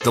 The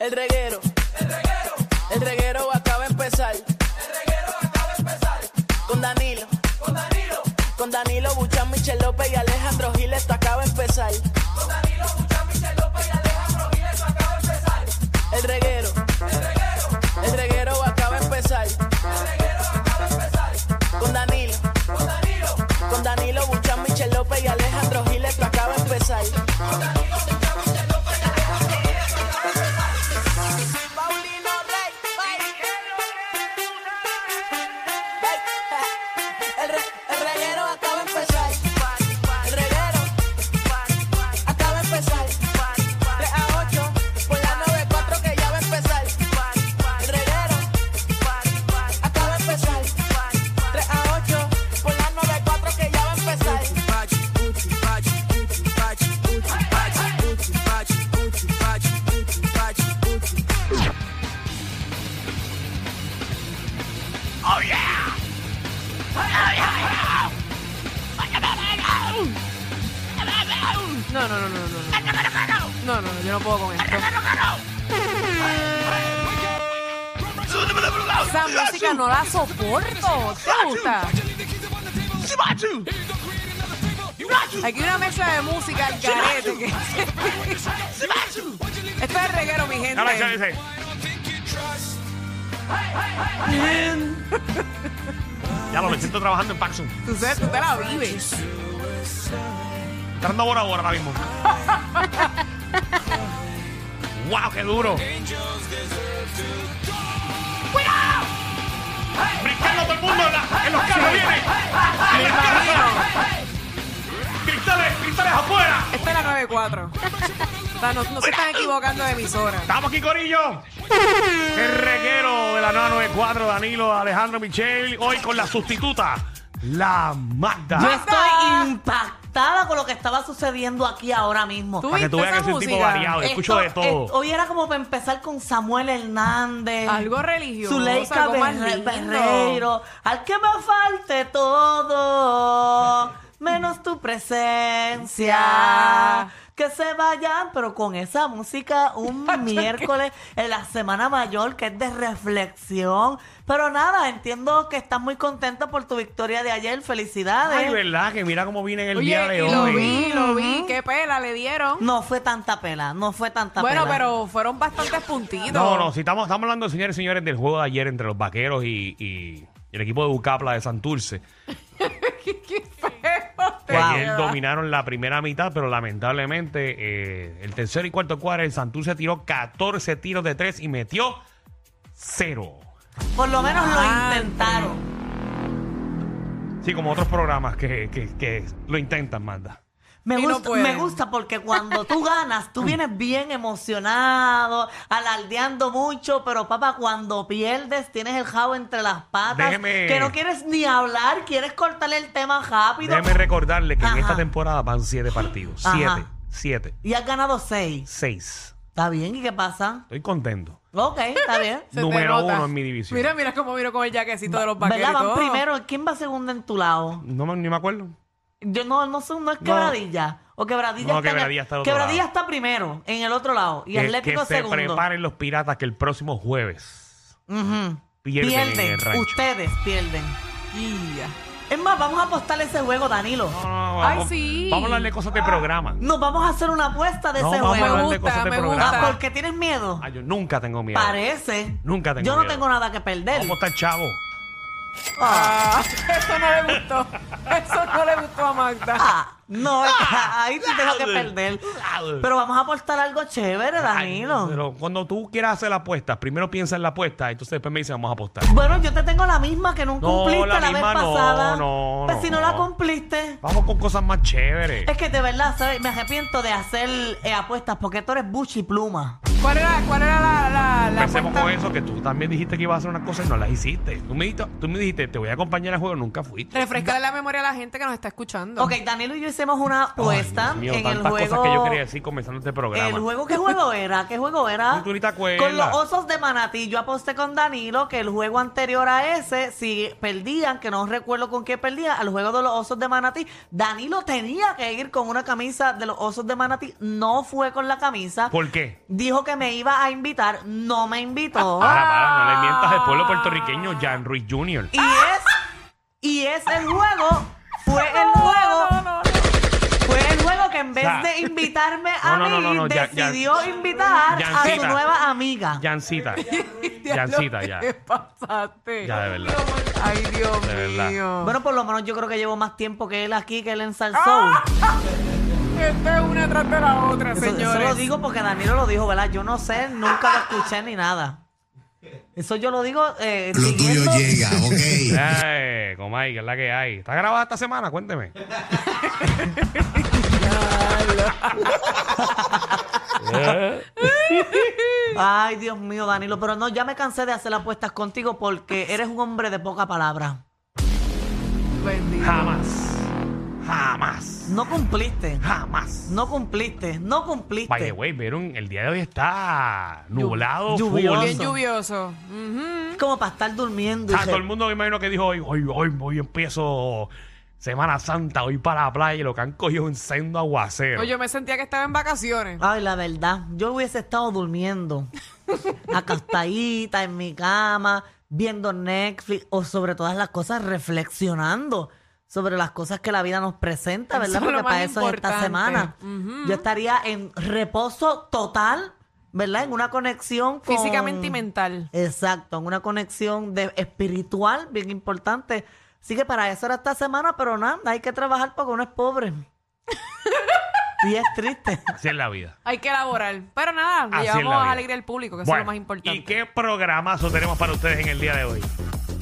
El reguero. El reguero acaba de empezar. Con Danilo. Con Danilo Buchan, Michel López y Alejandro Gil, esto acaba de empezar. El reguero. El reguero acaba de empezar. Con Danilo. Con Danilo Buchan, Michel López y Alejandro Gil, esto acaba de empezar. Paulino Rey, El, re- el reguero acaba de empezar. El reguero acaba de empezar. 3 a 8 por la 94 que ya va a empezar. El reguero acaba de empezar. 3 a 8 por la 94 que ya va a empezar. Oh, No, no, no, no, no, no. No, no, no, yo no puedo con esto. Esa música no la soporto. ¿Te gusta? Aquí hay una mezcla de música al carete. que- Esto es reguero, mi gente. Dale, chance. ya lo me siento trabajando en Paxson. Tú, sabes, tú te la vives. Entrando a Bora Bora ahora mismo. ¡Wow, qué duro! ¡Cuidado! ¡Brincando todo el mundo en, la- en los carros viene! ¡En las casas! ¡Cristales, cristales afuera! Esta es la 94. O sea, no, no se están equivocando de emisora. ¡Estamos aquí, Corillo! El reguero de la 994, Danilo, Alejandro, Michel, hoy con la sustituta, la Magda. Yo Ah. estoy impactada con lo que estaba sucediendo aquí ahora mismo. ¿Tú Para que viste tú veas esa que soy un tipo música? variado, escucho de Esto- todo. eh, hoy era como para empezar con Samuel Hernández. Algo religioso, Zuleika algo más Berre- lindo. Berreiro. Al que me falte todo, menos tu presencia. Que se vayan, pero con esa música un miércoles en la Semana Mayor, que es de reflexión. Pero nada, entiendo que estás muy contenta por tu victoria de ayer. Felicidades. Ay, verdad, que mira cómo viene en el día Oye, de y lo hoy. vi, lo vi. Qué pela le dieron. No fue tanta pela, no fue tanta Bueno, pela. pero fueron bastantes puntitos. No, no, si estamos, estamos hablando, señores y señores, del juego de ayer entre los vaqueros y, y el equipo de Bucapla de Santurce, qué, qué que feo. te ayer Ah, queda. dominaron la primera mitad, pero lamentablemente eh, el tercer y cuarto cuadro, el Santurce tiró 14 tiros de tres y metió cero. Por lo menos lo Madre. intentaron. Sí, como otros programas que, que- que lo intentan, manda. Me Y no gusta, pueden. me gusta porque cuando tú ganas, tú vienes bien emocionado, alardeando mucho, pero papá, cuando pierdes, tienes el jabo entre las patas, Déjeme- que no quieres ni hablar, quieres cortarle el tema rápido. Déjeme recordarle que Ajá. en esta temporada van siete partidos. Ajá. Siete, siete, Y has ganado seis. seis. ¿Está bien? ¿Y qué pasa? Estoy contento. Ok, está bien. Se te número nota. uno en mi división. Mira, mira cómo vino con el jaquecito de los vaqueros. ¿Verdad? y Van todo. primero. ¿Quién va segundo en tu lado? No me, ni me acuerdo. Yo no, no sé, no es No. quebradilla. O quebradilla, No, está en el- Quebradilla está al otro Quebradilla lado. está primero, en el otro lado. Y que, Atlético que se segundo. preparen los piratas que el próximo jueves Ujú. pierden, en Pierden, el rancho. ustedes pierden. Y ya. Es más, vamos a apostar ese juego, Danilo. No, no, no, Ay, vamos, sí. vamos a hablarle cosas de programa. Nos vamos a hacer una apuesta de No, ese vamos a juego. Me hablarle gusta, cosas de me programa. gusta. Ah, ¿Por qué tienes miedo? Ay, yo nunca tengo miedo. Parece. Nunca tengo Yo no miedo. tengo nada que perder. ¿Cómo está el chavo? Ah, Ah, eso no le gustó. Eso no le gustó a Magda. ah, no, es que Ah, ahí sí tengo que perder. Pero vamos a apostar algo chévere, Ay, Danilo. pero cuando tú quieras hacer la apuesta, primero piensa en la apuesta, entonces después me dice vamos a apostar. Bueno, yo te tengo la misma que no, No, cumpliste la, la vez misma no, pasada. no, pues no, si no, la no. cumpliste. Vamos con cosas más chéveres. Es que de verdad, ¿sabes? Me arrepiento de hacer eh, apuestas porque tú eres buchi pluma. ¿Cuál era, cuál era la, empecemos cuenta- con eso, que tú también dijiste que ibas a hacer unas cosas y no las hiciste. Tú me, dijiste, tú me dijiste, te voy a acompañar al juego, nunca fuiste. Refrescar la memoria a la gente que nos está escuchando. Ok, Danilo y yo hicimos una apuesta Dios mío, en el tantas juego. cosas que yo quería decir comenzando este programa. ¿El juego qué juego era? ¿Qué juego era? Tú ni te acuerdas. Con los osos de Manatí. Yo aposté con Danilo que el juego anterior a ese, si perdían, que no recuerdo con qué perdía, al juego de los osos de Manatí, Danilo tenía que ir con una camisa de los osos de Manatí. No fue con la camisa. ¿Por qué? Dijo que me iba a invitar, no me invitó. Para, para, no le mientas al pueblo puertorriqueño, Jan Ruiz Jr. Y es. Y es el juego. Fue el juego. Fue el juego que en vez sea, de invitarme a no, no, mí, no, no, ya- ya- decidió invitar a su Yancita. nueva amiga. Jancita. Ya lo Jancita, que ya. te pasaste? Ya, de verdad. Ay, Dios De verdad. mío. Bueno, por lo menos yo creo que llevo más tiempo que él aquí, que él en Salsou. Ah, Esta es una tras de la otra, eso, eso señores. lo digo porque Danilo lo dijo, ¿verdad? Yo no sé, nunca lo escuché ni nada. Eso yo lo digo eh, Lo tuyo siguiendo- llega, ok. Ay, Comay, que es la que hay. ¿Está grabada esta semana? Cuénteme. Eh, Ay, Dios mío, Danilo. Pero no, ya me cansé de hacer apuestas contigo porque eres un hombre de poca palabra. Bendito. Jamás. Jamás. No cumpliste. Jamás. No cumpliste. No cumpliste. By the way, vieron, el día de hoy está nublado, Llu- full. lluvioso. Bien lluvioso. Mm, Ujú. Es como para estar durmiendo. y Ah, se- todo el mundo me imagino que dijo hoy, hoy, hoy, hoy empiezo Semana Santa, hoy para la playa y lo que han cogido es un sendo aguacero. No, pues yo me sentía que estaba en vacaciones. Ay, la verdad, yo hubiese estado durmiendo, acostadita en mi cama, viendo Netflix o sobre todas las cosas, reflexionando sobre las cosas que la vida nos presenta, Eso ¿verdad? es lo Porque más para eso es esta importante. semana. Yo estaría en reposo total, ¿verdad? En una conexión con- Físicamente y mental. Exacto, en una conexión de espiritual bien importante. Así que para eso era esta semana, pero nada, hay que trabajar porque uno es pobre. y es triste. Así es la vida. Hay que elaborar. Pero nada, le Así es la llevamos vida. alegría al público, que eso es Bueno, lo más importante. ¿Y qué programazo tenemos para ustedes en el día de hoy?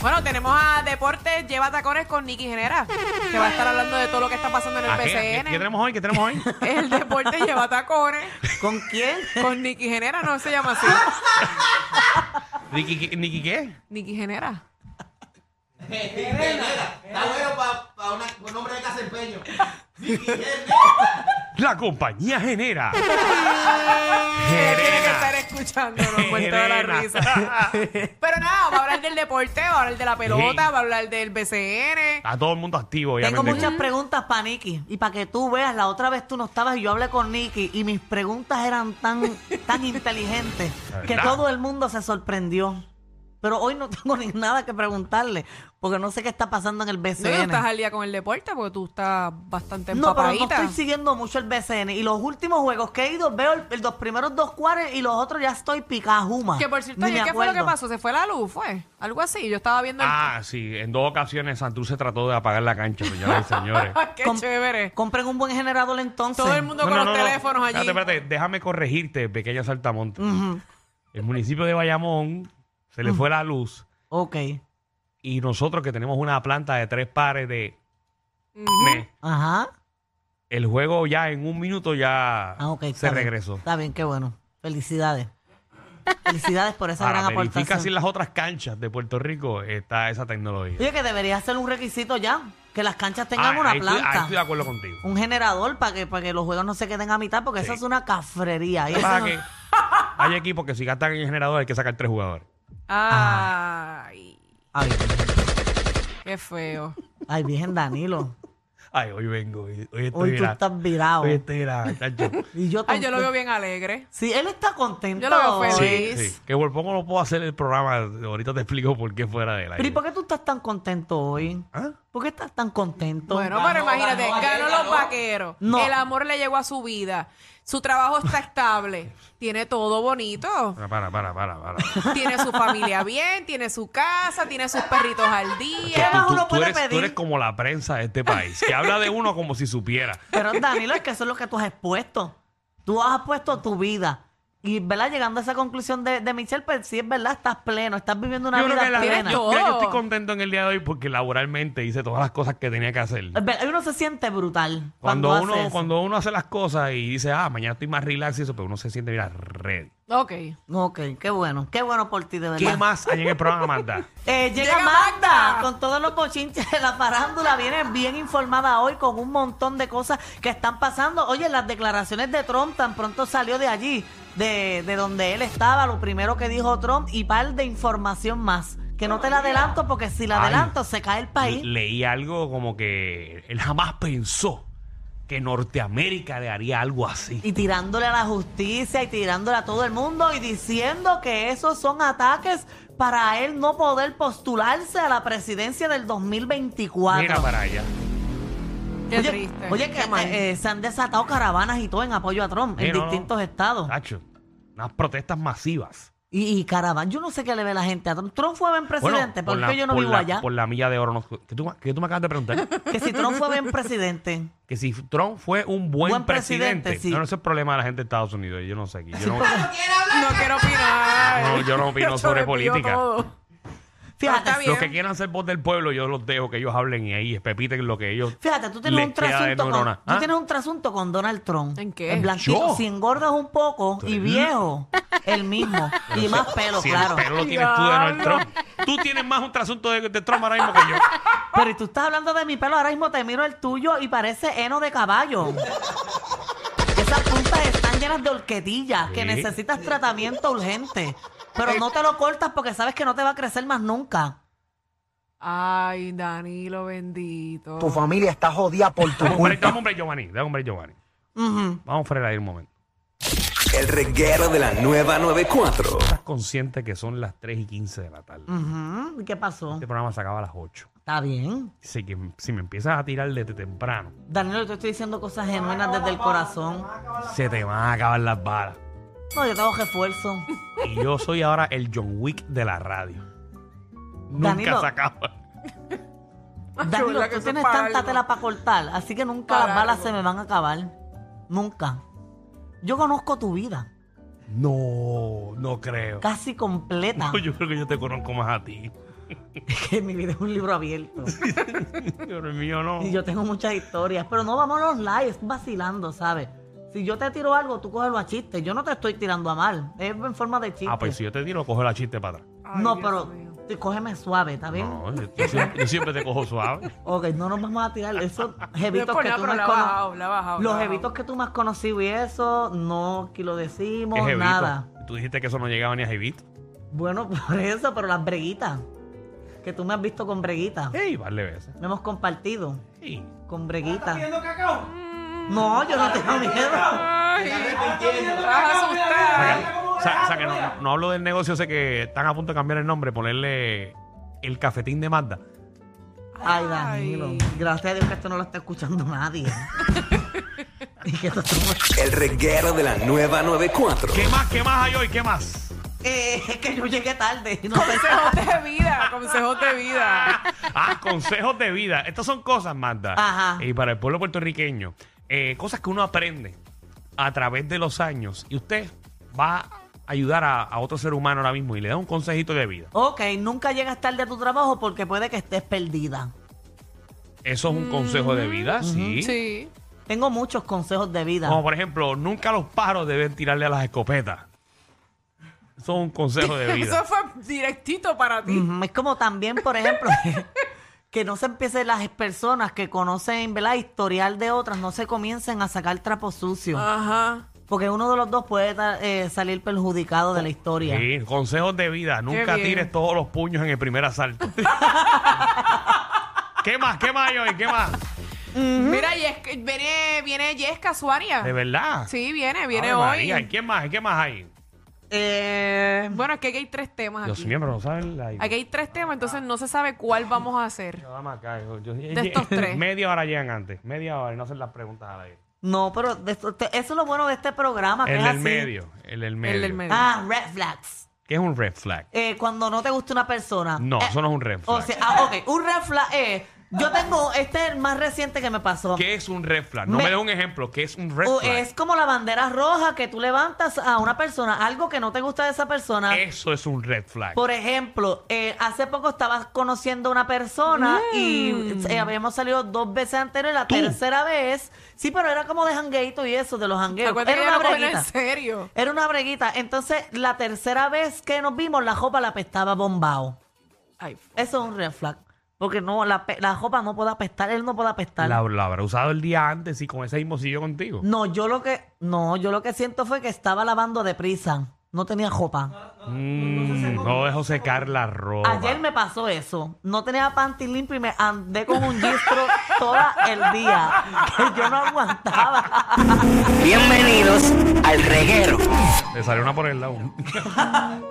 Bueno, tenemos a Deportes Lleva Tacones con Nicky Genera, que va a estar hablando de todo lo que está pasando en el ¿A qué, qué- BCN. qué tenemos hoy? ¿Qué tenemos hoy? El Deporte Lleva Tacones ¿Con quién? con Nicky Genera, no se llama así. ¿Niki, qué- Niki qué? Nicky Genera. Está bueno para un hombre de casempeño. La compañía genera. Tiene que estar genera. escuchándolo, muerto de la Genera. risa. Pero nada, va a hablar del deporte, va a hablar de la pelota, va a hablar del BCN. Está todo el mundo activo, Tengo obviamente. muchas preguntas para Nicky. Y para que tú veas, la otra vez tú no estabas y yo hablé con Nicky y mis preguntas eran tan, tan inteligentes La que verdad. todo el mundo se sorprendió. Pero hoy no tengo ni nada que preguntarle porque no sé qué está pasando en el No, tú BCN. estás al día con el deporte porque tú estás bastante No, pero no empapadita. estoy siguiendo mucho el BCN. E. Y los últimos juegos que he ido, veo el- el- los primeros dos cuares y los otros ya estoy picajuma. que por cierto, Ni me ayer, ¿qué fue lo que acuerdo. pasó? ¿Se fue la luz? ¿Fue? Algo así. Yo estaba viendo el... Ah, sí. En dos ocasiones Santurce trató de apagar la cancha, pues señoras y señores. Ah, ¡Qué Com- chévere! Compren un buen generador entonces. Todo el mundo con los teléfonos allí. Espérate, espérate, déjame corregirte, pequeña saltamonte. Mm. El municipio de Bayamón se le fue la luz Ok. y nosotros que tenemos una planta de tres pares de... Mm. Ne, Ajá. el juego ya en un minuto ya Ah, ok. se está bien. regresó. Está bien, qué bueno. Felicidades. Felicidades por esa gran Para verificar si aportación. en las otras canchas de Puerto Rico está esa tecnología. Oye, que debería ser un requisito ya, que las canchas tengan Ah, una ahí estoy- planta. ahí estoy de acuerdo contigo. Un generador para que, para que los juegos no se queden a mitad, porque eso es una cafrería. Y eso Pasa no- que hay equipos que si gastan en el generador hay que sacar tres jugadores. Ah. Ay, Ay, qué feo. ay, Virgen Danilo. Ay, hoy vengo. Hoy, hoy estoy Hoy tú mira, estás virado. Hoy estoy mira, chacho. Y yo, Ay, yo lo veo tonto. bien alegre. Sí, él está contento. Yo lo veo feliz. sí, Pues. sí. Que por poco no puedo hacer el programa. Ahorita te explico por qué fuera ¿Ah? de la Pero ¿y por qué tú estás tan contento hoy? ¿Por qué estás tan contento? Bueno, pero imagínate, ganó, los vaqueros. No. El amor le llegó a su vida. Su trabajo está estable. tiene todo bonito. Para, para, para, para. para. Tiene su familia bien, tiene su casa, tiene sus perritos al ¿Qué día. más uno puede eres, tú pedir? eres como la prensa de este país, que habla de uno como si supiera. Pero Danilo, es que eso es lo que tú has expuesto. Tú has puesto tu vida. Y, ¿verdad? Llegando a esa conclusión de, de Michelle, pues sí, es verdad, estás pleno, estás viviendo una Yo creo, vida que la- plena. yo creo que estoy todo. contento en el día de hoy porque laboralmente hice todas las cosas que tenía que hacer. Es verdad, Uno se siente brutal cuando, Cuando, hace uno, eso. cuando uno hace las cosas y dice, ah, mañana estoy más relax y eso, pero uno se siente, mira, red. Ok. Ok, qué bueno, qué bueno por ti, de verdad. ¿Qué más hay en el programa, Magda? Eh, llega, Llega Magda, Magda. con todos los bochinches de la farándula. Viene bien informada hoy con un montón de cosas que están pasando. Oye, las declaraciones de Trump tan pronto salió de allí, de, de donde él estaba, lo primero que dijo Trump y par de información más. Que no te la adelanto porque si la Ay. adelanto se cae el país. Leí algo como que él jamás pensó que Norteamérica le haría algo así. Y tirándole a la justicia y tirándole a todo el mundo y diciendo que esos son ataques para él no poder postularse a la presidencia del 2024. Mira para allá. Qué oye, triste. oye, que Qué mal. eh, eh, se han desatado caravanas y todo en apoyo a Trump Sí, en no, no. distintos estados. Nacho, unas protestas masivas. Y, y caravanas. Yo no sé qué le ve la gente a Trump. Trump fue buen presidente, por la- porque yo no por vivo la- allá? Por la milla de oro. no- ¿Qué tú, qué tú me acabas de preguntar? Que si Trump fue buen presidente. que si Trump fue un buen, Buen presidente. presidente, sí. No, no ese es el problema de la gente de Estados Unidos. Yo no sé aquí. Yo no, No quiero opinar. No, yo no opino Yo sobre sobrepido política. todo. Fíjate, está bien. los que quieran ser voz del pueblo, yo los dejo que ellos hablen y ahí repiten lo que ellos. Fíjate, tú tienes, les un queda de trasunto con, neurona. tú ¿Ah? tienes un trasunto con Donald Trump. ¿En qué? El blanquito. ¿Yo? Si engordas un poco y eres- viejo, el mismo. y más pelo, Si claro. el pelo lo tienes tú de Donald Diablo. Trump. Tú tienes más un trasunto de, de Trump ahora mismo que yo. Pero y tú estás hablando de mi pelo, ahora mismo te miro el tuyo y parece heno de caballo. Esas puntas están llenas de horquetillas que Sí. necesitas tratamiento urgente. Pero no te lo cortas porque sabes que no te va a crecer más nunca. Ay, Danilo bendito. Tu familia está jodida por tu Dame un break, culpa. dame un break, Giovanni. Dame un break, Giovanni. Ujú. Vamos a frenar ahí un momento. El reguero de la nueva 94. Estás consciente que son las 3 y 15 de la tarde. Ujú. ¿Y ¿Qué pasó? Este programa se acaba a las 8. Está bien. Así que si me empiezas a tirar desde temprano, Danilo, te estoy diciendo cosas genuinas desde el corazón. se te van a acabar las balas. No, yo te hago refuerzo. Y yo soy ahora el John Wick de la radio. Nunca Danilo. se acaba. Danilo, ¿verdad que tú eso tienes es para tanta algo? tela para cortar, así que nunca Para las balas algo. se me van a acabar. Nunca. Yo conozco tu vida, No, no creo. casi completa. No, yo creo que yo te conozco más a ti. que mi vida es un libro abierto. Pero el mío no. Y yo tengo muchas historias, pero no vamos a los lives vacilando, ¿sabes? Si yo te tiro algo, tú cógelo a chiste. Yo no te estoy tirando a mal, es en forma de chiste. Ah, pues si yo te tiro, cojo la chiste para atrás. Ay, no, Dios pero mío. tú cógeme suave, ¿está bien? No, yo, yo siempre, yo siempre te cojo suave. Ok, no nos vamos a tirar esos No es jevitos por que nada, tú pero la no has ha conocido. bajado, la ha bajado, la Los ha jevitos bajado. que tú más conocido y eso, no, que lo decimos, Es jevito. nada. Tú dijiste que eso no llegaba ni a Jevito. Bueno, por eso, pero las breguitas. Que tú me has visto con breguitas. ¿Eh? Ey, vale veces. Me hemos compartido Ey. con breguitas. No, yo no tengo miedo. Ay, estás O sea, asustada. que- o sea- o sea que no, no hablo del negocio ese que están a punto de cambiar el nombre, ponerle el cafetín de Magda. Ay, Danilo. Ay. Gracias a Dios que esto no lo está escuchando nadie. y que esto está muy- El reguero de la nueva 94. ¿Qué más? ¿Qué más hay hoy? ¿Qué más? Eh, es que yo llegué tarde. y No sé. Consejos de vida, consejos de vida. Ah, consejos de vida. Estas son cosas, Magda. Ajá. Y para el pueblo puertorriqueño, eh, cosas que uno aprende a través de los años. Y usted va a ayudar a, a otro ser humano ahora mismo y le da un consejito de vida. Ok, nunca llegas tarde a tu trabajo porque puede que estés perdida. Eso es un consejo de vida, sí. Sí. Tengo muchos consejos de vida. Como por ejemplo, nunca los paros deben tirarle a las escopetas. Eso es un consejo de vida. Eso fue directito para ti. Ujú, Es como también, por ejemplo, que no se empiecen las personas que conocen, ¿verdad? Historial de otras, no se comiencen a sacar trapos sucios. Ajá. Porque uno de los dos puede ta- eh, salir perjudicado de la historia. Sí, consejos de vida. Nunca bien. tires todos los puños en el primer asalto. ¿Qué más? ¿Qué más hay hoy? ¿Qué más? Mira, Yesca- viene, viene Yesca Suaria. De verdad. Sí, viene, viene Ave hoy. María, ¿y ¿Quién más? hay? ¿Quién más hay? Eh, Bueno, es que aquí hay tres temas. Dios Aquí. mío, pero no saben la... aquí hay tres temas, entonces no se sabe cuál vamos a hacer. Nada más acá, hijo. Yo- De estos tres. Media hora llegan antes. Media hora y no hacen las preguntas al aire. no, pero de esto- te- eso es lo bueno de este programa. que El es del así. medio. El del medio. El del medio. Ah, red flags. ¿Qué es un red flag? Eh, cuando no te gusta una persona. No, Eh, eso no es un red flag. O sea, ah, ok, un red flag es Yo tengo, este es el más reciente que me pasó. ¿Qué es un red flag? No oh. Me- me, dé un ejemplo. ¿Qué es un red O flag? es como la bandera roja que tú levantas a una persona, algo que no te gusta de esa persona. Eso es un red flag. Por ejemplo, eh, hace poco estabas conociendo a una persona Mm. y eh, habíamos salido dos veces anteriores, la tercera vez. Sí, pero era como de jangueito y eso, de los jangueos. Acuérdate Era que yo una lo cogí en breguita. serio. Era una breguita. Entonces, la tercera vez que nos vimos, la jopa la apestaba bombao. Ay, Eso es un red flag. Porque no, la, pe- la jopa no puede apestar, él no puede apestar. La, la habrá usado el día antes y con ese mismo sillo contigo. No, yo lo que, no, yo lo que siento fue que estaba lavando deprisa. No tenía jopa. Mm, no dejó secar la ropa. Ayer me pasó eso. No tenía panty limpio y me andé con un gistro todo el día. Que yo no aguantaba. Bienvenidos al reguero. Le salió una por el lado.